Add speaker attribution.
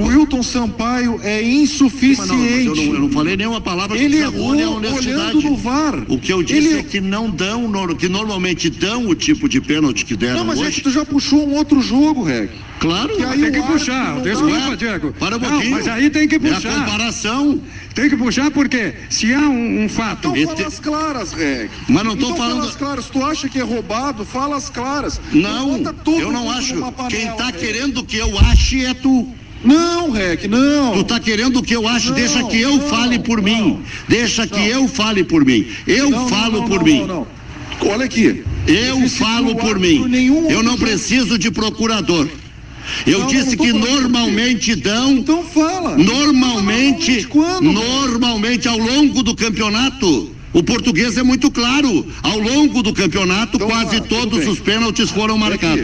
Speaker 1: Anderson Sampaio é insuficiente.
Speaker 2: Não, mas eu, não, eu não falei nenhuma palavra
Speaker 1: Ele
Speaker 2: que desabone a
Speaker 1: errou
Speaker 2: honestidade.
Speaker 1: olhando no VAR.
Speaker 2: O que eu disse
Speaker 1: Ele-
Speaker 2: é que não dão, nor- que normalmente dão o tipo de pênalti que deram
Speaker 1: Não, mas é
Speaker 2: hoje.
Speaker 1: que tu já puxou um outro jogo, Reg.
Speaker 2: Claro, é
Speaker 1: que aí
Speaker 3: Tem
Speaker 1: o
Speaker 3: que
Speaker 1: árbitro
Speaker 3: puxar,
Speaker 1: não
Speaker 3: desculpa,
Speaker 1: dá-
Speaker 3: Diego.
Speaker 2: para um
Speaker 3: Não,
Speaker 2: pouquinho.
Speaker 3: mas aí tem que
Speaker 2: É a
Speaker 3: puxar.
Speaker 2: comparação.
Speaker 3: Tem que puxar porque se há um, um fato.
Speaker 1: Então
Speaker 2: Esse-
Speaker 1: fala as claras, Reg.
Speaker 2: Mas não tô
Speaker 1: então
Speaker 2: falando-
Speaker 1: Fala as claras. Tu acha que é roubado? Fala as claras.
Speaker 2: Não,
Speaker 1: bota todo
Speaker 2: eu não
Speaker 1: mundo
Speaker 2: acho.
Speaker 1: numa panela,
Speaker 2: Quem tá
Speaker 1: Reg.
Speaker 2: querendo que eu ache é tu.
Speaker 1: Não, Reg, não.
Speaker 2: Tu tá querendo que eu ache,
Speaker 1: Não,
Speaker 2: deixa que eu
Speaker 1: não,
Speaker 2: fale
Speaker 1: não.
Speaker 2: por mim. Deixa que eu fale por mim. Eu
Speaker 1: Não, não,
Speaker 2: falo
Speaker 1: não,
Speaker 2: por
Speaker 1: não,
Speaker 2: mim.
Speaker 1: não, não. Olha aqui.
Speaker 2: Eu
Speaker 1: disse que
Speaker 2: falo
Speaker 1: o
Speaker 2: por
Speaker 1: árbitro
Speaker 2: mim.
Speaker 1: nenhum
Speaker 2: Eu não
Speaker 1: outro-
Speaker 2: preciso de procurador. Eu
Speaker 1: Não,
Speaker 2: disse
Speaker 1: não tô
Speaker 2: que
Speaker 1: falando
Speaker 2: normalmente dão,
Speaker 1: Então fala.
Speaker 2: normalmente,
Speaker 1: Normalmente quando?
Speaker 2: normalmente ao longo do campeonato. O português é muito claro. Ao longo do campeonato,
Speaker 1: Então,
Speaker 2: quase
Speaker 1: tá, tudo
Speaker 2: todos
Speaker 1: bem.
Speaker 2: os pênaltis foram marcados.